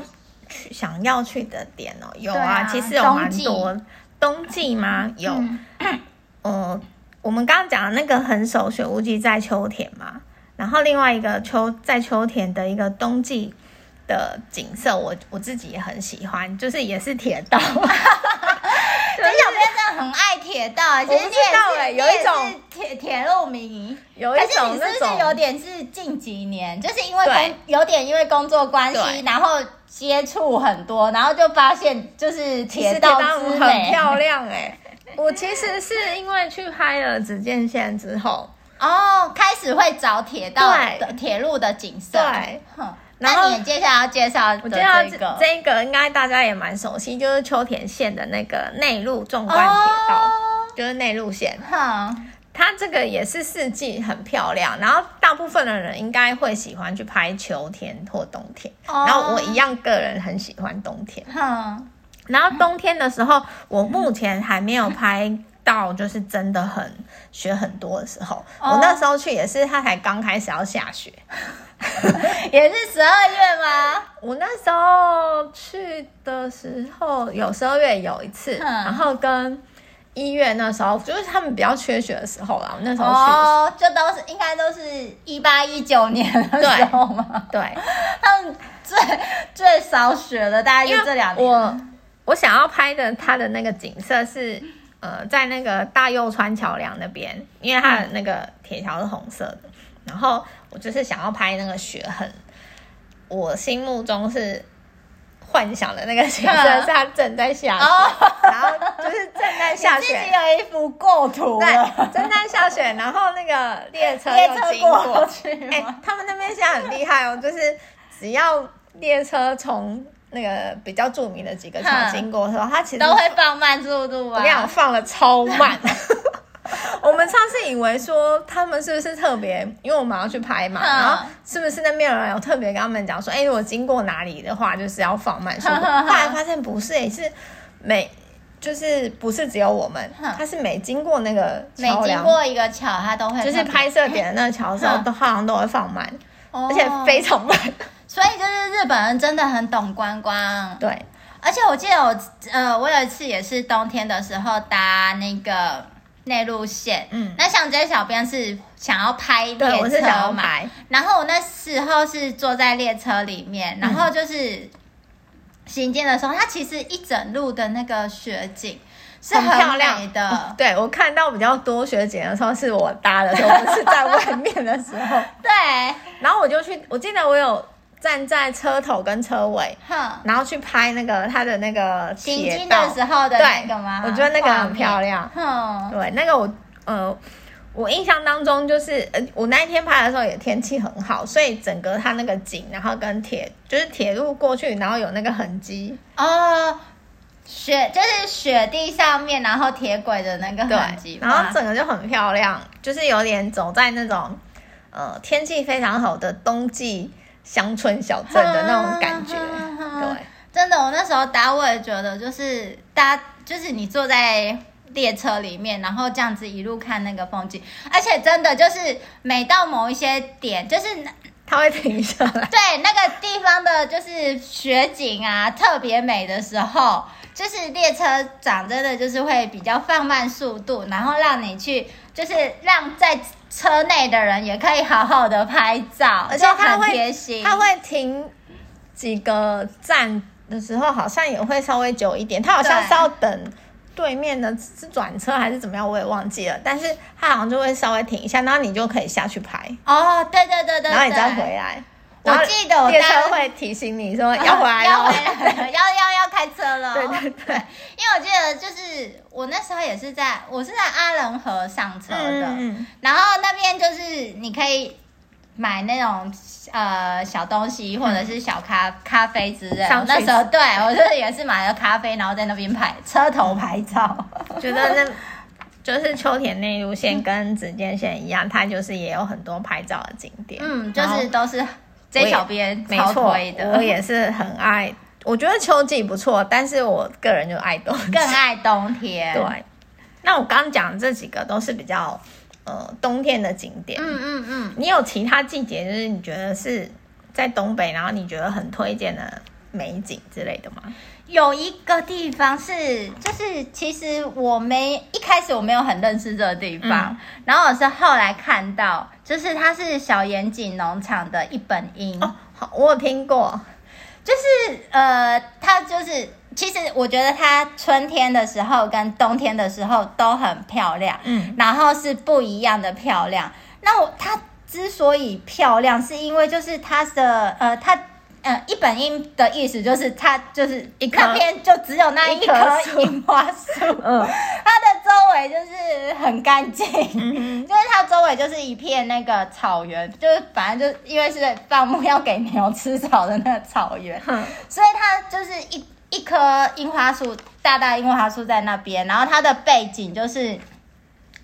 [SPEAKER 1] 去想要去的点哦，有
[SPEAKER 2] 对
[SPEAKER 1] 啊，
[SPEAKER 2] 啊
[SPEAKER 1] 其实有
[SPEAKER 2] 冬
[SPEAKER 1] 蛮
[SPEAKER 2] 季
[SPEAKER 1] 多。冬季吗？有，
[SPEAKER 2] 嗯
[SPEAKER 1] 呃，我们刚刚讲的那个很首雪无忌在秋田嘛，然后另外一个秋在秋田的一个冬季的景色，我我自己也很喜欢，就是也是铁 道，
[SPEAKER 2] J 小编真的很爱铁道，其实
[SPEAKER 1] 我
[SPEAKER 2] 你
[SPEAKER 1] 不知道
[SPEAKER 2] 也
[SPEAKER 1] 欸
[SPEAKER 2] 是
[SPEAKER 1] 有一种
[SPEAKER 2] 你也是铁铁路迷。
[SPEAKER 1] 有一
[SPEAKER 2] 可是
[SPEAKER 1] 种
[SPEAKER 2] 你是
[SPEAKER 1] 那
[SPEAKER 2] 不是有
[SPEAKER 1] 种
[SPEAKER 2] 点是近几年，就是因为
[SPEAKER 1] 对
[SPEAKER 2] 工有点因为工作关系
[SPEAKER 1] 对，
[SPEAKER 2] 然后接触很多，然后就发现就是
[SPEAKER 1] 其实
[SPEAKER 2] 铁道之
[SPEAKER 1] 很
[SPEAKER 2] 美
[SPEAKER 1] 漂亮哎、我其实是因为去拍了紫见线之后，
[SPEAKER 2] 哦，开始会找铁道
[SPEAKER 1] 对
[SPEAKER 2] 的铁路的景色。
[SPEAKER 1] 对
[SPEAKER 2] 哼，
[SPEAKER 1] 然
[SPEAKER 2] 那
[SPEAKER 1] 后
[SPEAKER 2] 你也接下来要介绍的
[SPEAKER 1] 我介绍
[SPEAKER 2] 这
[SPEAKER 1] 这
[SPEAKER 2] 个
[SPEAKER 1] 这一个应该大家也蛮熟悉，就是秋田县的那个内陆纵贯铁道，
[SPEAKER 2] 哦，
[SPEAKER 1] 就是内陆线。
[SPEAKER 2] 哼。
[SPEAKER 1] 它这个也是四季很漂亮，然后大部分的人应该会喜欢去拍秋天或冬天，
[SPEAKER 2] 哦
[SPEAKER 1] 然后我一样个人很喜欢冬天。
[SPEAKER 2] 哼，
[SPEAKER 1] 然后冬天的时候，我目前还没有拍到，就是真的很雪很多的时候。
[SPEAKER 2] 哦
[SPEAKER 1] 我那时候去也是，它才刚开始要下雪。
[SPEAKER 2] 也是十二月吗？
[SPEAKER 1] 我那时候去的时候有十二月有一次，
[SPEAKER 2] 嗯
[SPEAKER 1] 然后跟一月那时候就是他们比较缺雪的时候啦。我那时候去的时候
[SPEAKER 2] 哦，就都是应该都是一八一九年的
[SPEAKER 1] 对
[SPEAKER 2] 时候 嘛，
[SPEAKER 1] 对，
[SPEAKER 2] 他们最最少雪了，大概就
[SPEAKER 1] 因为
[SPEAKER 2] 这两年。
[SPEAKER 1] 我我想要拍的它的那个景色是，呃，在那个大右川桥梁那边，因为它的那个铁桥是红色的。然后我就是想要拍那个雪很，我心目中是幻想的那个 景色
[SPEAKER 2] 嗯
[SPEAKER 1] 是它正在下雪，
[SPEAKER 2] 哦，
[SPEAKER 1] 然后就是正在下
[SPEAKER 2] 你 自己
[SPEAKER 1] 雪。
[SPEAKER 2] 有一幅构图
[SPEAKER 1] 对
[SPEAKER 2] 了，，
[SPEAKER 1] 正在下雪，然后那个列车
[SPEAKER 2] 列
[SPEAKER 1] 又
[SPEAKER 2] 车
[SPEAKER 1] 经
[SPEAKER 2] 过
[SPEAKER 1] 过，
[SPEAKER 2] 去吗？
[SPEAKER 1] 哎、他们那边现在很厉害哦，就是只要列车从那个比较著名的几个桥
[SPEAKER 2] 嗯
[SPEAKER 1] 经过的时候，它其实
[SPEAKER 2] 都会啊放慢速度
[SPEAKER 1] 我跟你讲
[SPEAKER 2] 啊。
[SPEAKER 1] 放的超慢。 我们上次以为说他们是不是特别，因为我们要去拍嘛，
[SPEAKER 2] 嗯
[SPEAKER 1] 然后是不是那边有人有特别跟他们讲说，哎、如果经过哪里的话，就是要放慢速度。
[SPEAKER 2] 哼哼哼
[SPEAKER 1] 后来发现不是、哎，是每就是不是只有我们
[SPEAKER 2] 哼，
[SPEAKER 1] 它是每经过那个
[SPEAKER 2] 每
[SPEAKER 1] 桥
[SPEAKER 2] 经
[SPEAKER 1] 梁，
[SPEAKER 2] 过一个桥，它都会
[SPEAKER 1] 就是
[SPEAKER 2] 特别，
[SPEAKER 1] 拍摄点的那个桥的时候，
[SPEAKER 2] 哼
[SPEAKER 1] 都好像都会放慢，
[SPEAKER 2] 而
[SPEAKER 1] 而且非常慢。
[SPEAKER 2] 哦所以就是日本人真的很懂观光，
[SPEAKER 1] 对，
[SPEAKER 2] 而且我记得我呃，我有一次也是冬天的时候搭那个内陆线，
[SPEAKER 1] 嗯
[SPEAKER 2] 那像这些小编是想要拍列
[SPEAKER 1] 对，我是想
[SPEAKER 2] 车
[SPEAKER 1] 要
[SPEAKER 2] 嘛，
[SPEAKER 1] 买，
[SPEAKER 2] 然后我那时候是坐在列车里面，然后就是行进的时候，它其实一整路的那个雪景是
[SPEAKER 1] 很漂亮
[SPEAKER 2] 美的，
[SPEAKER 1] 对我看到比较多学姐的时候，是我搭的时候，不是在外面的时候。
[SPEAKER 2] 对，
[SPEAKER 1] 然后我就去，我记得我有站在车头跟车尾，
[SPEAKER 2] 哼，
[SPEAKER 1] 然后去拍那个它的那个
[SPEAKER 2] 行
[SPEAKER 1] 铁
[SPEAKER 2] 进
[SPEAKER 1] 道
[SPEAKER 2] 的时候的那
[SPEAKER 1] 对
[SPEAKER 2] 个吗？
[SPEAKER 1] 我觉得那个很漂
[SPEAKER 2] 亮，
[SPEAKER 1] 亮。
[SPEAKER 2] 哼，
[SPEAKER 1] 对，那个我呃，我印象当中就是，呃，我那一天拍的时候也天气很好，所以整个它那个景，然后跟铁就是铁路过去，然后有那个痕迹，
[SPEAKER 2] 哦。雪就是雪地上面，然后铁轨的那个痕迹
[SPEAKER 1] 对，
[SPEAKER 2] 吗，
[SPEAKER 1] 然后整个就很漂亮，就是有点走在那种呃天气非常好的冬季乡村小镇的那种感 觉。对，
[SPEAKER 2] 真的，我那时候搭我也觉得，就是搭，就是你坐在列车里面，然后这样子一路看那个风景，而且真的就是每到某一些点，就是
[SPEAKER 1] 它会停下来。
[SPEAKER 2] 对那个地方方的就是雪景啊特别美的时候，就是列车长真的就是会比较放慢速度，然后让你去，就是让在车内的人也可以好好的拍照，
[SPEAKER 1] 而且
[SPEAKER 2] 就
[SPEAKER 1] 它
[SPEAKER 2] 很
[SPEAKER 1] 会
[SPEAKER 2] 贴心。
[SPEAKER 1] 它会停几个站的时候，好像也会稍微久一点。它好像
[SPEAKER 2] 对
[SPEAKER 1] 是要等对面的是转车还是怎么样，我也忘记了。但是它好像就会稍微停一下，然后你就可以下去拍，
[SPEAKER 2] 哦，对对对对对，
[SPEAKER 1] 然后你再回来。
[SPEAKER 2] 我
[SPEAKER 1] 然后
[SPEAKER 2] 记得我
[SPEAKER 1] 列
[SPEAKER 2] 当
[SPEAKER 1] 车会提醒你说要回来
[SPEAKER 2] 要
[SPEAKER 1] 了
[SPEAKER 2] 回。来，哦要要要开车 了。
[SPEAKER 1] 对对对，
[SPEAKER 2] 因为我记得就是我那时候也是在，我是在阿仁河上车的，
[SPEAKER 1] 嗯嗯
[SPEAKER 2] 然后那边就是你可以买那种呃小东西或者是小咖、咖啡之类的。
[SPEAKER 1] 上
[SPEAKER 2] 我那
[SPEAKER 1] 去
[SPEAKER 2] 时候对我就是也是买了咖啡，然后在那边拍车头拍 照。
[SPEAKER 1] 嗯觉得那。就是秋田内路线跟紫见线一样，它就是也有很多拍照的景点。
[SPEAKER 2] 嗯，就
[SPEAKER 1] 然后
[SPEAKER 2] 是都是
[SPEAKER 1] 我
[SPEAKER 2] J
[SPEAKER 1] 也
[SPEAKER 2] 小编
[SPEAKER 1] 没
[SPEAKER 2] 超
[SPEAKER 1] 错
[SPEAKER 2] 推，的，
[SPEAKER 1] 我也是很爱。我觉得秋季不错，但是我个人就爱冬季。
[SPEAKER 2] 更爱冬天。
[SPEAKER 1] 对，那我刚讲这几个都是比较呃冬天的景点。
[SPEAKER 2] 嗯嗯嗯，
[SPEAKER 1] 你有其他季节就是你觉得是在东北，然后你觉得很推荐的美景之类的吗？
[SPEAKER 2] 有一个地方是，就是其实我没一开始我没有很认识这个地
[SPEAKER 1] 嗯
[SPEAKER 2] 方，然后我是后来看到，就是它是小岩井农场的一本樱，
[SPEAKER 1] 哦，好，我有听过，
[SPEAKER 2] 就是呃，它就是其实我觉得它春天的时候跟冬天的时候都很漂亮，
[SPEAKER 1] 嗯，
[SPEAKER 2] 然后是不一样的漂亮。那我它之所以漂亮，是因为就是它的呃它。呃，一本樱的意思就是它就是
[SPEAKER 1] 一棵
[SPEAKER 2] 那边就只有那一棵
[SPEAKER 1] 一棵树
[SPEAKER 2] 樱花树，
[SPEAKER 1] 嗯
[SPEAKER 2] 它的周围就是很干净，
[SPEAKER 1] 嗯
[SPEAKER 2] 就是它周围就是一片那个草原，就是反正就是因为是放牧要给牛吃草的那个草原，
[SPEAKER 1] 哼，
[SPEAKER 2] 所以它就是一一棵樱花树，大大樱花树在那边，然后它的背景就是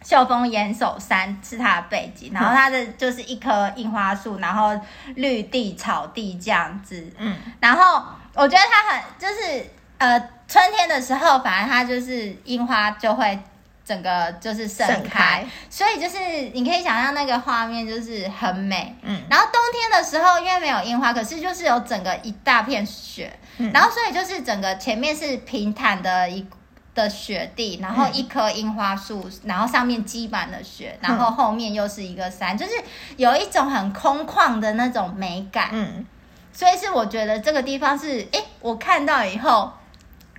[SPEAKER 2] 秀峰岩手山是它的背景，然后它的就是一棵樱花树，然后绿地草地这样子，
[SPEAKER 1] 嗯，
[SPEAKER 2] 然后我觉得它很就是呃，春天的时候，反而它就是樱花就会整个就是盛开，
[SPEAKER 1] 盛开
[SPEAKER 2] 所以就是你可以想象那个画面就是很美。
[SPEAKER 1] 嗯
[SPEAKER 2] 然后冬天的时候，因为没有樱花，可是就是有整个一大片雪，
[SPEAKER 1] 嗯
[SPEAKER 2] 然后所以就是整个前面是平坦的一。的雪地，然后一
[SPEAKER 1] 嗯
[SPEAKER 2] 棵樱花树，然后上面积满了雪，然后后面又是一个山，就是有一种很空旷的那种美感。
[SPEAKER 1] 嗯，
[SPEAKER 2] 所以是我觉得这个地方是，哎、我看到以后，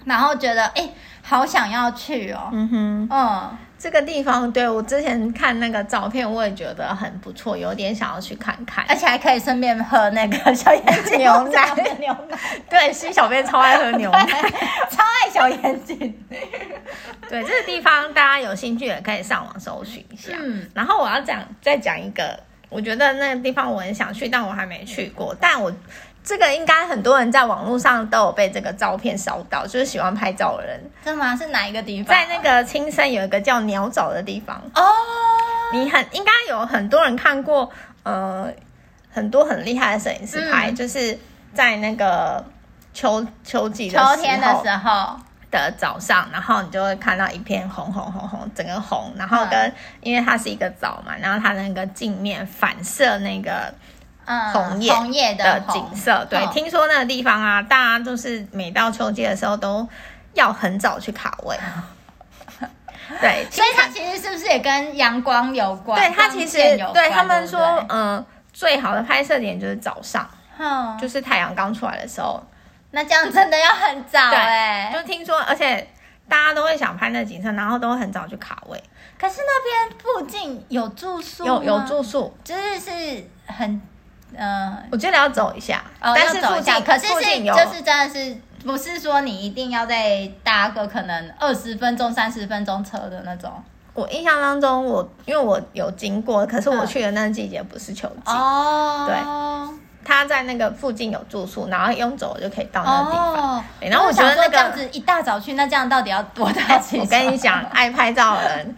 [SPEAKER 2] 然后觉得，哎、好想要去哦。
[SPEAKER 1] 嗯哼。
[SPEAKER 2] 嗯，
[SPEAKER 1] 这个地方，对我之前看那个照片，我也觉得很不错，有点想要去看看
[SPEAKER 2] 而。且还可以顺便喝那个小眼睛
[SPEAKER 1] 牛奶
[SPEAKER 2] 牛奶，
[SPEAKER 1] 对，西小编超爱喝牛奶。
[SPEAKER 2] 超爱小眼睛。
[SPEAKER 1] 对，这个地方大家有兴趣也可以上网搜寻一下。
[SPEAKER 2] 嗯
[SPEAKER 1] 然后我要讲再讲一个，我觉得那个地方我很想去，但我还没去过。但我这个应该很多人在网络上都有被这个照片烧到，就是喜欢拍照的人，
[SPEAKER 2] 真的吗？是哪一个地方？
[SPEAKER 1] 在那个青森有一个叫鸟沼的地方，
[SPEAKER 2] 哦，
[SPEAKER 1] 你很应该有很多人看过，呃，很多很厉害的摄影师拍，
[SPEAKER 2] 嗯
[SPEAKER 1] 就是在那个秋秋季的时候
[SPEAKER 2] 秋天的时候，
[SPEAKER 1] 的早上，然后你就会看到一片红红红红，整个红，然后跟、
[SPEAKER 2] 嗯
[SPEAKER 1] 因为它是一个藻嘛，然后它那个镜面反射那个
[SPEAKER 2] 嗯，
[SPEAKER 1] 红叶
[SPEAKER 2] 红叶
[SPEAKER 1] 的
[SPEAKER 2] 红
[SPEAKER 1] 景色，对，
[SPEAKER 2] 嗯
[SPEAKER 1] 听说那个地方啊，大家就是每到秋季的时候都要很早去卡位， 对，
[SPEAKER 2] 嗯所以它其实是不是也跟阳光有关？
[SPEAKER 1] 对它
[SPEAKER 2] 光
[SPEAKER 1] 其实
[SPEAKER 2] 线有关
[SPEAKER 1] 对他们说，
[SPEAKER 2] 对不
[SPEAKER 1] 嗯、最好的拍摄点就是早上，
[SPEAKER 2] 对嗯，
[SPEAKER 1] 就是太阳刚出来的时候，
[SPEAKER 2] 那这样真的要很早
[SPEAKER 1] 对
[SPEAKER 2] 哎、
[SPEAKER 1] 就听说，而且大家都会想拍那景色，然后都会很早去卡位，
[SPEAKER 2] 可是那边附近有住宿吗
[SPEAKER 1] 有有，住宿。
[SPEAKER 2] 就是是很，呃，
[SPEAKER 1] 我觉得要走一下，
[SPEAKER 2] 哦
[SPEAKER 1] 但是
[SPEAKER 2] 要
[SPEAKER 1] 附
[SPEAKER 2] 走一
[SPEAKER 1] 近
[SPEAKER 2] 下，可是
[SPEAKER 1] 附
[SPEAKER 2] 是
[SPEAKER 1] 近有，
[SPEAKER 2] 就是真的是不是说你一定要再搭个可能二十分钟、三十分钟车的那种
[SPEAKER 1] 我印象当中我，因为我有经过，可是我
[SPEAKER 2] 嗯
[SPEAKER 1] 去的那个季节不是秋季，
[SPEAKER 2] 哦，
[SPEAKER 1] 他在那个附近有住宿，然后用走就可以到那个地方。
[SPEAKER 2] 哦。
[SPEAKER 1] 对然后我觉得
[SPEAKER 2] 想说
[SPEAKER 1] 那
[SPEAKER 2] 这样
[SPEAKER 1] 个，
[SPEAKER 2] 子一大早去，那这样到底要多大起床？
[SPEAKER 1] 我跟你 讲，爱拍照的人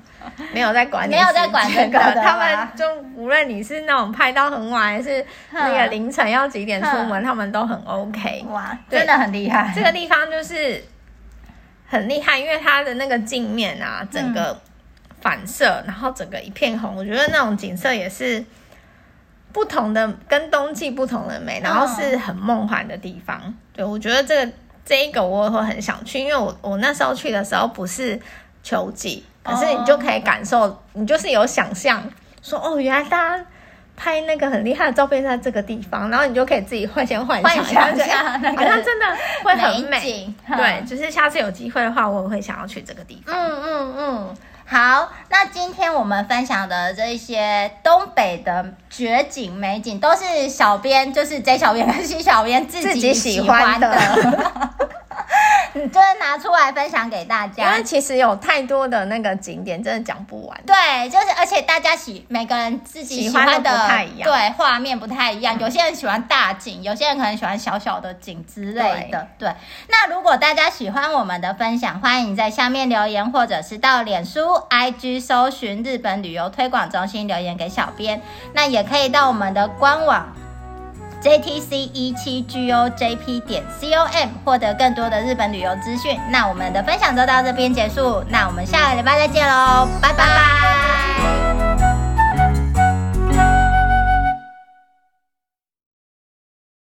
[SPEAKER 1] 没有在管你
[SPEAKER 2] 没有在管
[SPEAKER 1] 时间
[SPEAKER 2] 这个的
[SPEAKER 1] 他
[SPEAKER 2] 吗
[SPEAKER 1] 们就无论你是那种拍到很晚，还是那个
[SPEAKER 2] 嗯
[SPEAKER 1] 凌晨要几点出门，他们都很 OK。
[SPEAKER 2] 哇，
[SPEAKER 1] 对
[SPEAKER 2] 真的很厉害。
[SPEAKER 1] 这个地方就是很厉害，因为它的那个镜面啊，整个反射，然后整个一片红，我觉得那种景色也是不同的跟冬季不同的美，然后是
[SPEAKER 2] 嗯
[SPEAKER 1] 很梦幻的地方。对我觉得这个这一个我会很想去，因为我我那时候去的时候不是秋季，可是你就可以感受，
[SPEAKER 2] 哦
[SPEAKER 1] 你就是有想象说哦，原来大家。拍那个很厉害的照片在这个地方，然后你就可以自己幻先幻想
[SPEAKER 2] 幻想一下
[SPEAKER 1] 对
[SPEAKER 2] 那个
[SPEAKER 1] 哎好像真的会很美。
[SPEAKER 2] 景，
[SPEAKER 1] 对，就是下次有机会的话，我会想要去这个地方。
[SPEAKER 2] 嗯嗯嗯，好，那今天我们分享的这一些东北的绝景美景，都是小编，就是 J 小编跟 C 小编自
[SPEAKER 1] 自
[SPEAKER 2] 己
[SPEAKER 1] 己
[SPEAKER 2] 喜
[SPEAKER 1] 喜
[SPEAKER 2] 欢
[SPEAKER 1] 欢
[SPEAKER 2] 的
[SPEAKER 1] 的，
[SPEAKER 2] 你就是拿出来分享给大
[SPEAKER 1] 因
[SPEAKER 2] 家
[SPEAKER 1] 为。其实有太多的那个景点，真的讲不完。
[SPEAKER 2] 对，就是而且大家喜每个人自己喜
[SPEAKER 1] 喜欢
[SPEAKER 2] 欢的
[SPEAKER 1] 的不太一样
[SPEAKER 2] 对画面不太一样。有些人喜欢大景，有些人可能喜欢小小的景之类的。对，那如果大家喜欢我们的分享，欢迎在下面留言，或者是到脸书、IG 搜寻日本旅游推广中心留言给小编。那也可以到我们的官网 JTC 一七 GOJP 点 com 获得更多的日本旅游资讯。那我们的分享就到这边结束，那我们下个礼拜再见喽，拜拜